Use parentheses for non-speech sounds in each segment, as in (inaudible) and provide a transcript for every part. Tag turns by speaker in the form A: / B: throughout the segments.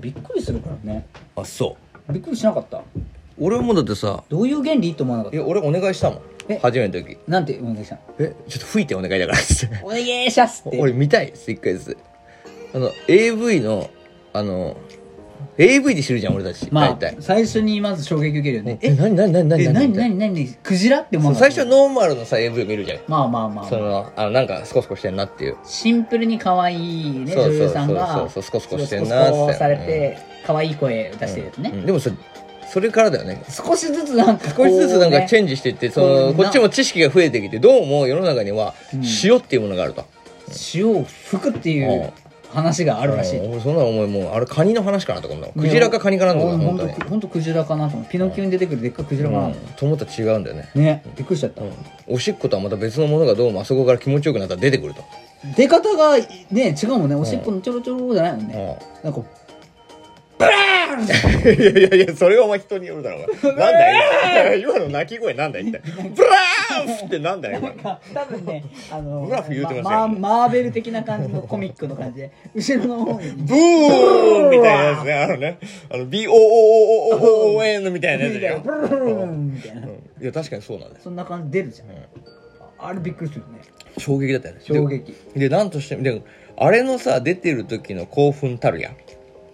A: びっくりするからね
B: あそ
A: びっくりしなかった
B: う俺はもうだってさ
A: どういう原理と思わなかっ
B: い
A: た
B: や俺お願いしたも
A: え
B: ん初めの時
A: なんてお願いしたの
B: えちょっと吹いてお願いだからっつって
A: お願いしますって
B: 俺見たいです一回ずつあの AV のあの AV で知るじゃん俺たち、
A: まあ
B: 大体
A: 最初にまず衝撃受けるよね
B: え何何何何
A: え
B: 何
A: 何何何クジラって思
B: そうう最初はノーマルのさ AV 見るじゃん
A: まあまあまあ
B: そのあのなんかスコスコしてんなっていう
A: シンプルに可愛いね
B: そうそう
A: 女優さん
B: そ
A: が
B: うそうスコスコして
A: ス
B: んなーっつって
A: コスコされて可愛い声出してるやつ
B: う
A: ね
B: んでもそそれからだよね
A: 少しずつなんかこ
B: 少
A: う
B: しずつなんかチ
A: ね
B: ェンジしていってその
A: こう
B: こ
A: な
B: っちも知識が増えてきてどうも世の中には
A: うん
B: 塩っていうものがあると、
A: 塩を吹くっていう話があるらしい
B: うん俺そんな思いもうあれカニの話かなとか思ったクジラかカニかなとか思
A: 本
B: った
A: 当
B: ね
A: 本当クジラかなと思うピノキオに出てくるでっかいクジラかなと思
B: と思ったら違うんだよね
A: うねびっくりしちゃった
B: おしっことはまた別のものがどうもあそこから気持ちよくなったら出
A: (laughs)
B: てくると、
A: 出方がね違うもんねおしっこのちょろちょろじゃないもんね
B: う
A: なんか
B: んいやいやいやそれはお前人によるだ
A: (laughs)
B: ろお前なんだよ今今の (laughs) 鳴き声なんだよ一体ブラーンってなんだよ今の
A: 多分ねあの
B: グラフ言うてました
A: ま
B: よ
A: まマーベル的な感じのコミックの感じで後ろの方に
B: ブーンみたいなやつねあのねあの BOOOON みたいなやつ
A: み
B: で
A: たいな
B: しょ
A: ブルーンみたいな
B: うんいや確かにそうなんです
A: そんな感じ出るじゃん、あれびっくりするよね
B: 衝撃だったよね
A: 衝撃
B: ででなんとしてもであれのさ出てる時の興奮たるやん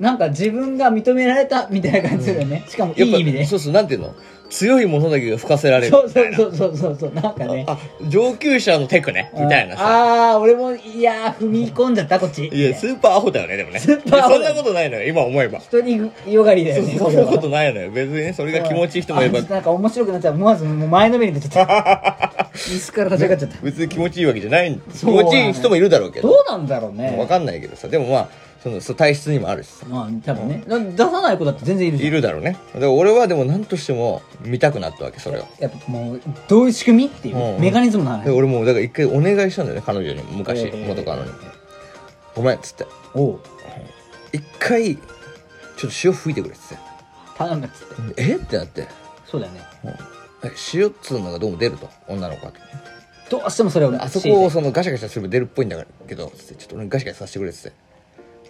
A: なんか自分が認められたみたいな感じだよね、しかもいい意味でそ
B: そうそうなんていうの強いものだけが吹かせられる
A: うそうそうそうそうそうなんかね
B: あ上級者のテクねみたいなさ
A: ああー俺もいやー踏み込んじゃったこっち
B: いやスーパーアホだよねでもね
A: スーパーアホだ
B: いやそんなことないのよ今思えば
A: 人によがりだよね
B: そんなこ
A: こと
B: ないのよ別にねそれ
A: れは
B: が気持ちいい人もいれば
A: あちょっとなんか面白くなっちゃう思わずもう前のめりに出ちゃった
B: (laughs)
A: 椅子から立ち上がっちゃった、
B: 別に気持ちいいわけじゃない気
A: そうなの
B: 持ちいい人もいるだろうけ
A: ど
B: ど
A: うなんだろうね
B: わかんないけどさでもまあそのそう体質にもあるしさ
A: まあ多分ね、だ出さない子だって全然いるじゃん
B: いるだろうねで俺はでも何としても見たくなったわけそれを
A: やっぱもうどういう仕組みっていう、
B: うん
A: メカニズムの話
B: で俺もうだから一回お願いしたんだよね彼女に昔
A: うん
B: 元カノに「ごめん」っつって
A: おう
B: 「一回ちょっと塩吹いてくれ」っつっ
A: 頼むっつって
B: て「えっ?」てなって
A: そうだよね
B: え塩っつうのがどうも出ると女の子は
A: どうしてもそれを
B: あそこ
A: 信
B: をそのガシャガシャすれば出るっぽいんだけどつってちょっと俺にガシガシさせてくれっつって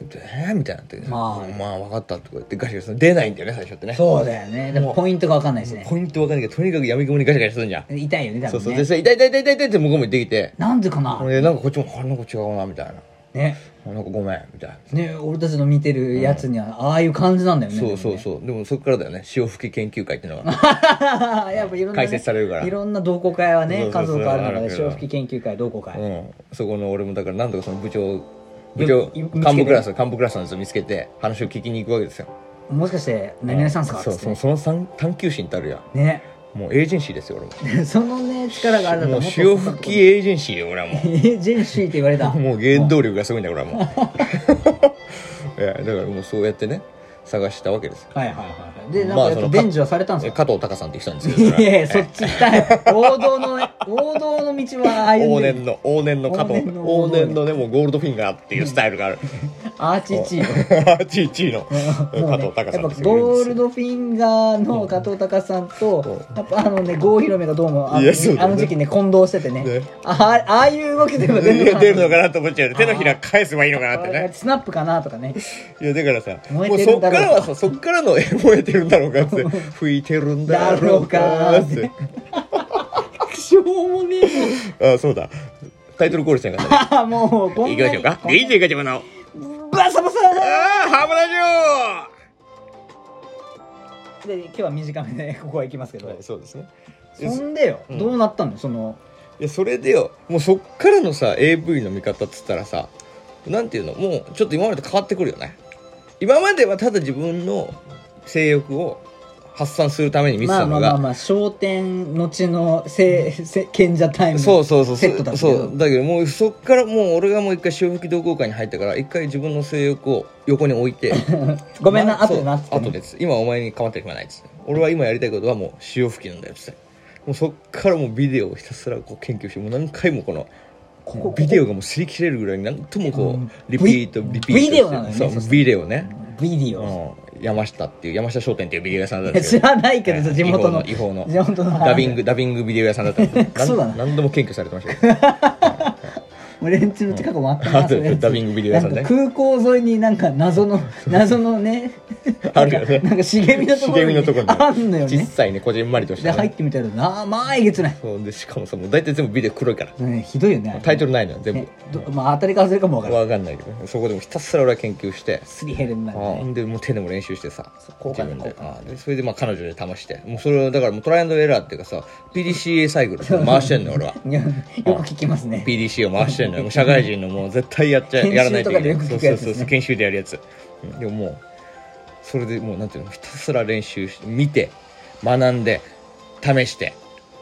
B: でえー、みたいになって、
A: まあ
B: まあ分かったとか言ってガシガシする出ないんだよね最初ってね
A: じてそうだよねでもポイントが分かんないしね
B: ポイント分かんないけどとにかく闇雲にガシャガシするんじゃん、
A: 痛いよね多
B: そうそ
A: 分
B: うで
A: ね
B: それ痛い痛い痛い痛い痛いって向こうも言ってきて
A: なんでかな
B: でなんかこっちもあなんか違うなみたいな
A: ね
B: あなんかごめんみたいな、
A: ね俺たちの見てるやつにはああいう感じなんだよね、 (laughs)
B: そうそうそうでもそこからだよね潮吹き研究会っていうのが
A: やっぱいろんな、ね、
B: 解説されるから
A: いろんな同好会はね
B: そう
A: 数
B: そ
A: 多
B: うそう
A: くある中で
B: あるから
A: 潮吹き研究会同好会、
B: うんそこの俺もだからなんとかその部長部
A: よ
B: 長
A: 見つけて
B: 幹部クラス幹部クラスのやつを見つけて話を聞きに行くわけですよ
A: もしかして何々さんっすか
B: そう
A: っつって
B: そうその探探求心たるや
A: ね
B: もうエージェンシーですよ俺も
A: そのね力があるんだとも
B: もう
A: っと
B: 潮吹きエージェンシーよ俺はも
A: エージェンシーって言われ
B: (laughs)
A: た
B: うもう原動力がすごいんだ俺は
A: (laughs)
B: もういやだからもうそうやってね探したわけですよ
A: はいはいはいはい。で、なん
B: ま
A: かや
B: あ
A: っぱ
B: その
A: 伝授はされたんですか
B: 加藤隆さんって人なんです
A: い
B: けど
A: やいや、そっち行ったね王道のね、王道の道は歩
B: 往
A: んでる。
B: 年の往年の加藤
A: 往年の
B: 往年のねもうゴールドフィンガーっていうスタイル
A: (laughs)
B: がある
A: アーチチーム。
B: ちいちいの
A: も
B: 加
A: うね
B: 藤隆さん
A: や
B: で
A: っぱ
B: す
A: ゴールドフィンガーの加藤隆さんと、やっぱあのね、郷ひろみがどうもあ
B: いやそうだ
A: の、あ
B: ね
A: の時期ね、混同しててね
B: ね、
A: ああああいう動きでも
B: い
A: 全
B: や
A: 然
B: (laughs) 出るのかなと思っちゃうよ手のひら返せばいいのかなってね
A: スナップかなとか
B: (laughs)
A: ね、
B: いやだからさ
A: 燃
B: も
A: えて
B: うそ
A: るん
B: っ
A: だ
B: か
A: ろうから
B: はさそっからのえ燃えてるんだろう
A: (laughs)
B: かって吹いてるんだろうかっ
A: だろ
B: て
A: しょうもね
B: あそうだタイトルコールしてなかったね
A: えな。 (laughs) もう、こん
B: 行
A: な
B: きましょうか
A: こんな
B: DJ ガチャマの
A: バサバサ
B: あーハムラ
A: で、今日は短めで (laughs) ここは行きますけ
B: ジ
A: ど
B: オ、そうですね
A: そんでよ、
B: うん
A: どうなったのその、
B: いやそれでよもうそっからのさ AV の見方っつったらさなんていうのもうちょっと今までと変わってくるよね今まではただ自分の性欲を発散するために見て
A: ま
B: た
A: あま
B: の
A: あまあ
B: が
A: まあ焦点後のせせ賢者タイム
B: そうそうそう
A: セットだったけ
B: そ
A: ど
B: うだけどもうそっからもう俺がもう一回潮吹き同好会に入ったから一回自分の性欲を横に置いて
A: (laughs) ごめんな
B: まあ
A: 後でなっつって
B: そう後です今お前に構ってる暇ないっつって俺は今やりたいことはもう潮吹きなんだよっつってもうそっからもうビデオをひたすらこう研究してもう何回もこの
A: ここ
B: ビデオがもう擦り切れるぐらいになんともこ
A: うん
B: うリピート
A: ビ
B: リピートして
A: ビデオなのよね
B: そ
A: そし
B: う
A: て
B: ビデオね、
A: ビデオ
B: うん、山下っていう山下商店っていうビデオ屋さんだった
A: いや
B: んで
A: 知 (laughs)
B: す
A: らないけどさ地元の
B: 違法の違法の
A: 地元の (laughs)
B: ダビングダビングビデオ屋さんだったんです
A: クソだな (laughs)
B: 何度も検挙されてましたけど
A: 俺んちの近くもあった
B: あ
A: な
B: と
A: そういうやつ
B: ダビングビデオ屋さんね
A: なんか空港沿いになんか謎の謎のね
B: あるよね
A: なんか茂みのとこ
B: 茂
A: ろ
B: み
A: に
B: のところに
A: あんのよ
B: 小
A: ね
B: さいねこじんまりとした
A: で
B: ね、
A: 入ってみたらなあまあえげつない、
B: そうでしかもさもう大体全部ビデオ黒いから
A: ね、ひどいよねあれ
B: タイトルないのよ全部、
A: ねどまあ当たりか外れかもわからん
B: わかんないけどそこでもひたすら俺は研究して
A: すり減るんだ
B: あ
A: ね
B: ーでもう手でも練習してさ
A: 交換
B: 自分で
A: 交換
B: あーでそれでまあ彼女で試してもうそれをだからもうトライアンドエラーっていうかさ PDCA サイクル回してんのよ俺は
A: いや (laughs) よく聞きますね
B: PDC を回してんのよもう社会人のもう絶対やっちゃ
A: 研修
B: やらないといけ
A: と
B: な
A: か
B: い
A: でよ
B: そ
A: く聞
B: う
A: く
B: そう
A: やつ
B: そ
A: で
B: う
A: すね
B: そう研修でやるやつ、うんでももうそれでもうなんていうのひたすら練習して見て学んで試して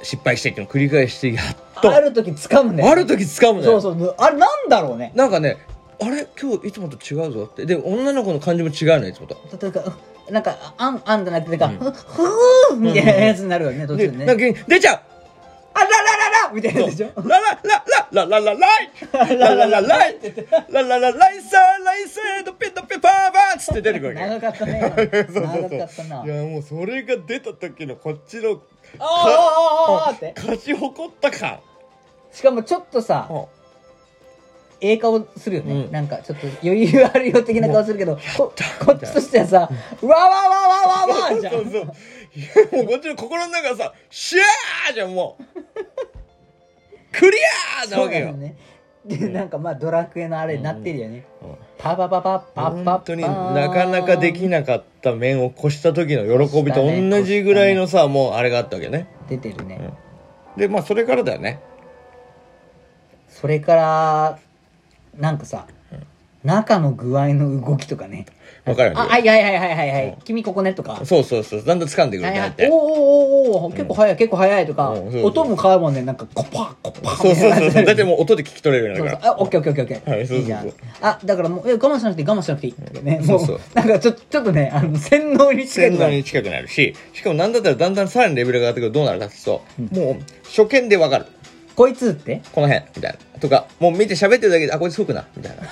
B: 失敗してっていうのを繰り返してやっと
A: ある時掴むね
B: ある時掴むのよ
A: そうそうあれなんだろうね
B: なんかねあれ今日いつもと違うぞってで女の子の感じも違うのよいつもと
A: 例えばなんかあんあんだなってなんか、ふふーみたいなやつになるよね途
B: で
A: 中ね
B: なんか急に出ちゃう
A: あららららみたいなやつでしょ
B: ラララララララライラララライラララライサーライサードピッドピッパーバーつって出てくるわ
A: 長
B: け
A: かったね
B: (laughs) そうそうそう
A: 長かったない
B: やもうそれが出た時のこっちの
A: ああああああって
B: 勝ち誇った感
A: しかもちょっとさ映画をするよね、
B: うん
A: なんかちょっと余裕あるよ的な顔するけどここっちとしてはさ「わわわわわわ」じゃ
B: (laughs) そうんそういやもうこっちの心の中はさシャーじゃんもうクリアーな
A: そ
B: わ
A: う
B: け
A: なの
B: よ
A: ねでなんかまあドラクエのあれになってるよね、
B: うん
A: パパパパパパ
B: 本当になかなかできなかった面を越した時の喜びと同じぐらいのさもうあれがあったわけね
A: 出てるね、
B: でまあそれからだよね
A: それからなんかさ、中の具合の動きとかね
B: わかるよ
A: あはいはいはいはいはいはい君ここねとか
B: そうそうそうだんだん掴んでくる
A: はい
B: ね
A: は
B: 入っ
A: い
B: て
A: おおおーおーおー結構早い結構早いとか、
B: うんそうそう
A: 音も変わるもんねなんかコパコパ
B: そうそうそう
A: (laughs)
B: そうだって
A: も
B: もう音で聞き取れるよ
A: そ
B: うに
A: う
B: な
A: そう
B: るか
A: あオッケーオッケーオッケーオッケー、
B: はいそう
A: い
B: そうそう
A: じゃんあだからもうえ我慢しなくていい我慢しなくていいとかねもう
B: そうそう
A: なんかちょちょっとねあの洗脳に
B: ら
A: 近い
B: 洗
A: とか
B: 脳に近くなるししかもなんだったらだんだんさらにレベルが上がってくるとどうなるかっていうともう初見でわかる
A: こいつって
B: この辺みたいなとかもう見て喋ってるだけであこいつ吹くなみ (laughs) たいな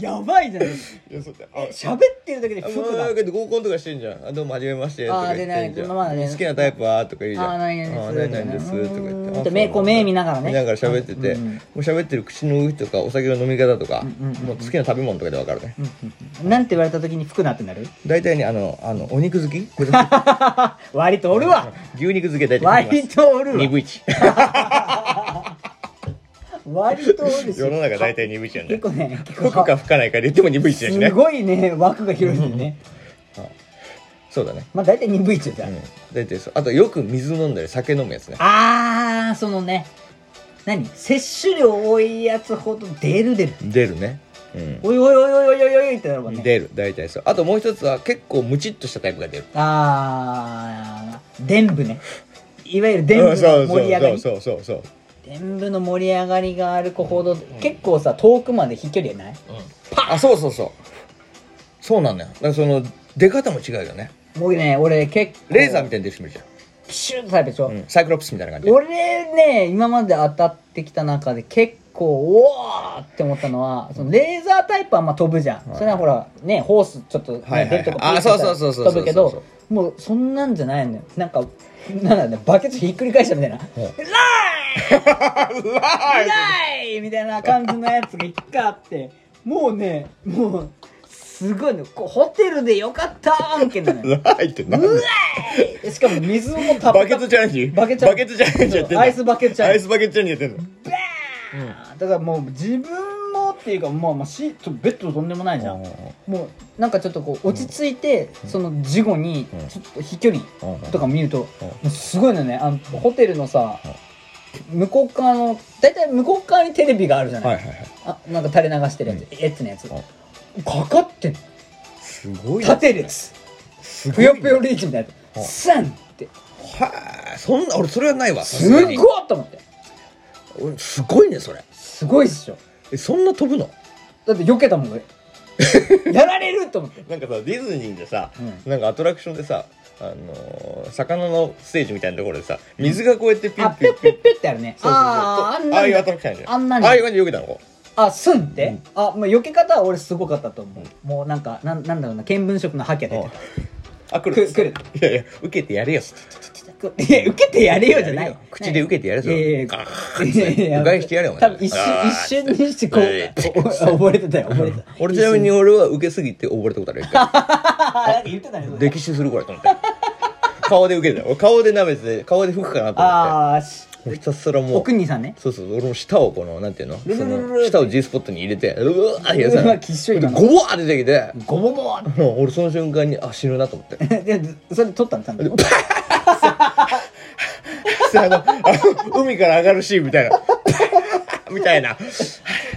A: やばいじゃない
B: いやそうだよ
A: え
B: あ
A: 喋ってるだけで
B: あ
A: 服
B: ま
A: が
B: あけど合コンとかしてんじゃん。あどうもはじめましてとか言ってんじゃ
A: あーでね
B: ん。
A: まあね
B: 好きなタイプはとか言うじゃん。
A: あーないないです
B: あーないないですとか言って。
A: うん目こう目見ながらね
B: 見ながら喋ってて、
A: うんうん
B: もう喋ってる口の動きとかお酒の飲み方とか、
A: うんうんうん
B: もう好きな食べ物とかでわかるね。
A: なんて言われた時に服なってなる
B: 大体ねあのあのお肉 (laughs) 好き？
A: 割とおるわ
B: 牛肉漬け大
A: (laughs)
B: 体
A: 割とおる
B: 二
A: わ
B: 分一。
A: 割とおるし
B: 世の中大体二分一なんだ
A: 結
B: よ。
A: 構ね結
B: 吹くか
A: 構
B: 吹かないかで言っても二分一だし
A: す
B: ね。
A: ごいね枠が広いんだよね
B: そうだね。
A: まあ大体鈍いっちゃうじゃ
B: うんん。大体そう。あとよく水飲んだり酒飲むやつね。
A: あーそのね何摂取量多いやつほど出る出る
B: 出るね。うん。
A: おいおいおいおいおいおいおいってなるもんね
B: 出る大体そうあともう一つは結構ムチっとしたタイプが出る
A: あー伝部ねいわゆる伝部の盛り上がり
B: そうそうそうそう
A: 伝部の盛り上がりがある子ほど結構さ遠くまで飛距離ない
B: あそうそうそうそうなんだよだからその出方も違うよね
A: もうね俺結構
B: レーザーみたいに出てくるじゃ
A: ピシューッとタイプでしょ、
B: ん、うん、サイクロプスみたいな感じ
A: 俺ね今まで当たってきた中で結構おおーって思ったのはそのレーザータイプはまあ飛ぶじゃん、それはほらねホースちょっと、ね
B: はいはいはい
A: ベルト
B: あ
A: がピュッと
B: そうそうそうそう
A: 飛ぶけ
B: そうそう
A: どもうそんなんじゃないのよなんかなんだねバケツひっくり返したみたいな「ライライ!」みたいな感じのやつが一回あってもうねもうすごいのこうホテルでよかった案件なのよ
B: (laughs) ライってなんだ
A: うわーいしかも水もたっぷ
B: バ
A: り
B: ケツチャレンジ
A: バケツ
B: バケツチャレンジやってんの
A: アイスバケツチャレンジ
B: アイスバケツチャレンジやってんの
A: だからもう自分もっていうかまあまあシートベッドとんでもないじゃんもうなんかちょっとこう落ち着いて、その事後に
B: うん
A: ちょっと飛距離とか見ると、
B: うん
A: もうすごいのねあのホテルのさ、向こう側の大体向こう側にテレビがあるじゃない、
B: はいはいはい
A: あなんか垂れ流してるやつ、エッチなやつ、かかってんの
B: すごいな
A: 縦列
B: すご
A: ぷ
B: いな
A: よぷよリーチみたいな
B: う
A: や
B: ん
A: つサンって
B: はあそんな俺それはないわ
A: すっごいと思って
B: ごすごいねそれ
A: すごいっしょ
B: えそんな飛ぶの
A: だって避けたもん
B: (laughs)
A: 俺やられると思って
B: なんかさディズニーでさ、
A: う
B: なんかアトラクションでさあのー魚のステージみたいなところでさ水がこうやってピ
A: あ
B: ュッ
A: ピ
B: ピュ
A: ュッ
B: ッピ
A: ピ
B: ュ
A: ュ
B: ッ
A: ッピュッってあるね
B: そうそうそう
A: あああん
B: あ
A: な
B: あ
A: ん
B: いう
A: だ
B: アトラクションじゃん
A: あんなに
B: ああいう感じで避けたのこ
A: あすんって、
B: うん
A: あ、まあ、避け方は俺すごかったと思う、もうなんかなんなんだろうな見聞色のハケ出てた
B: あ来
A: く来る
B: いやいや受けてやれよ
A: いや受けてやれよじゃない
B: 口で受けてやれ
A: いやいやい
B: よ
A: や
B: ガーッてうがいしてやれよお前
A: 多分一瞬一瞬にしてこうおお溺れてたよ溺れてた
B: 俺ちなみに俺は受けすぎて溺れたことあるよ一回
A: あ言ってたねそれ
B: 溺死するぐらいと思って顔で受けてた俺顔で舐めてて顔で吹くかなと思
A: ああし
B: ってもうひたすらもう
A: 奥にさんね
B: そうそう俺も舌をこのなんていうのそ
A: ルルルルル
B: の舌を G スポットに入れてうわーってや
A: うわ
B: さ
A: きっしょいな
B: ゴボーって出てきて
A: ごぼぼーっ
B: もう俺その瞬間にあ死ぬなと思って (laughs)
A: てでそれ撮ったのちゃんと
B: あのあの海から上がるシーンみたいな (laughs) みたいな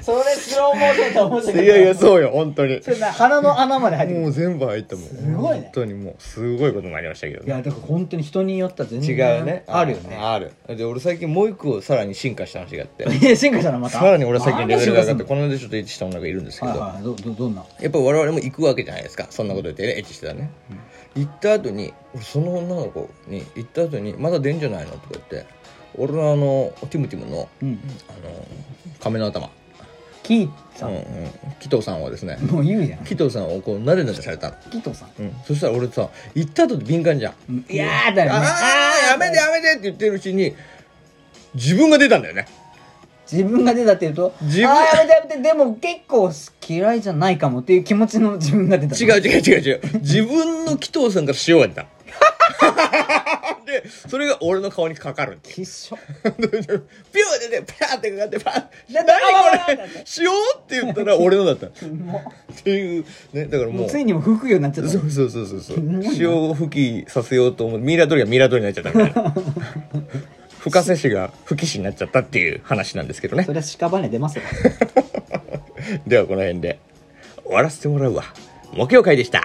A: それスローモーションと面白
B: いやいやそうよ本当に
A: それな鼻の穴まで入ってくる
B: もう全部入ったもんす
A: ごいね
B: 本当にもうすごいことになりましたけど
A: いやだから本当に人によったら全
B: 違
A: 然
B: うね
A: あるよね (laughs)
B: あるで俺最近もう一個さらに進化した話があって
A: いや進化したのまた
B: さらに俺は最近レベルが上がって
A: こ
B: この間ちょっとエッチした女がいるんですけ
A: はい
B: ど
A: はいどどどんな
B: やっぱ我々も行くわけじゃないですかそんなこと言ってねエッチしてたらね、行った後に俺その女の子に行った後に「まだ出んじゃないの?」とか言って俺のあのティムティムの
A: うん
B: あの亀の頭、
A: キー
B: う
A: さ
B: んうん
A: ん、
B: 紀藤さんはですね
A: もう言うじゃん
B: 紀藤さんをこうなでなでされたの、
A: キトさん
B: うん、そしたら俺さ行った後って敏感じゃん「
A: うんいやーだよね
B: ああやめてやめて」って言ってるうちに自分が出たんだよね
A: 自分が出たって言うと
B: 自分
A: あーやめてやめてでも結構嫌いじゃないかもっていう気持ちの自分が出た
B: 違う違う違う違う自分の紀藤さんから塩が出たでそれが俺の顔にかかるっていう
A: きっしょ
B: ピューってね、パーってかかって、パーって、
A: な
B: 何
A: な
B: これ
A: な
B: 塩って言ったら俺のだった。っ
A: も
B: ていう、ね、だから
A: う
B: もう。
A: ついにも吹くようになっちゃった
B: そうそうそうそうそう。塩を吹きさせようと思う。ミイラ取りがミイラ取りになっちゃったみたいな。深瀬氏が吹き師になっちゃったっていう話なんですけどね
A: そ。れは屍出ますよ
B: ではこの辺で終わらせてもらうわ。木曜会でした。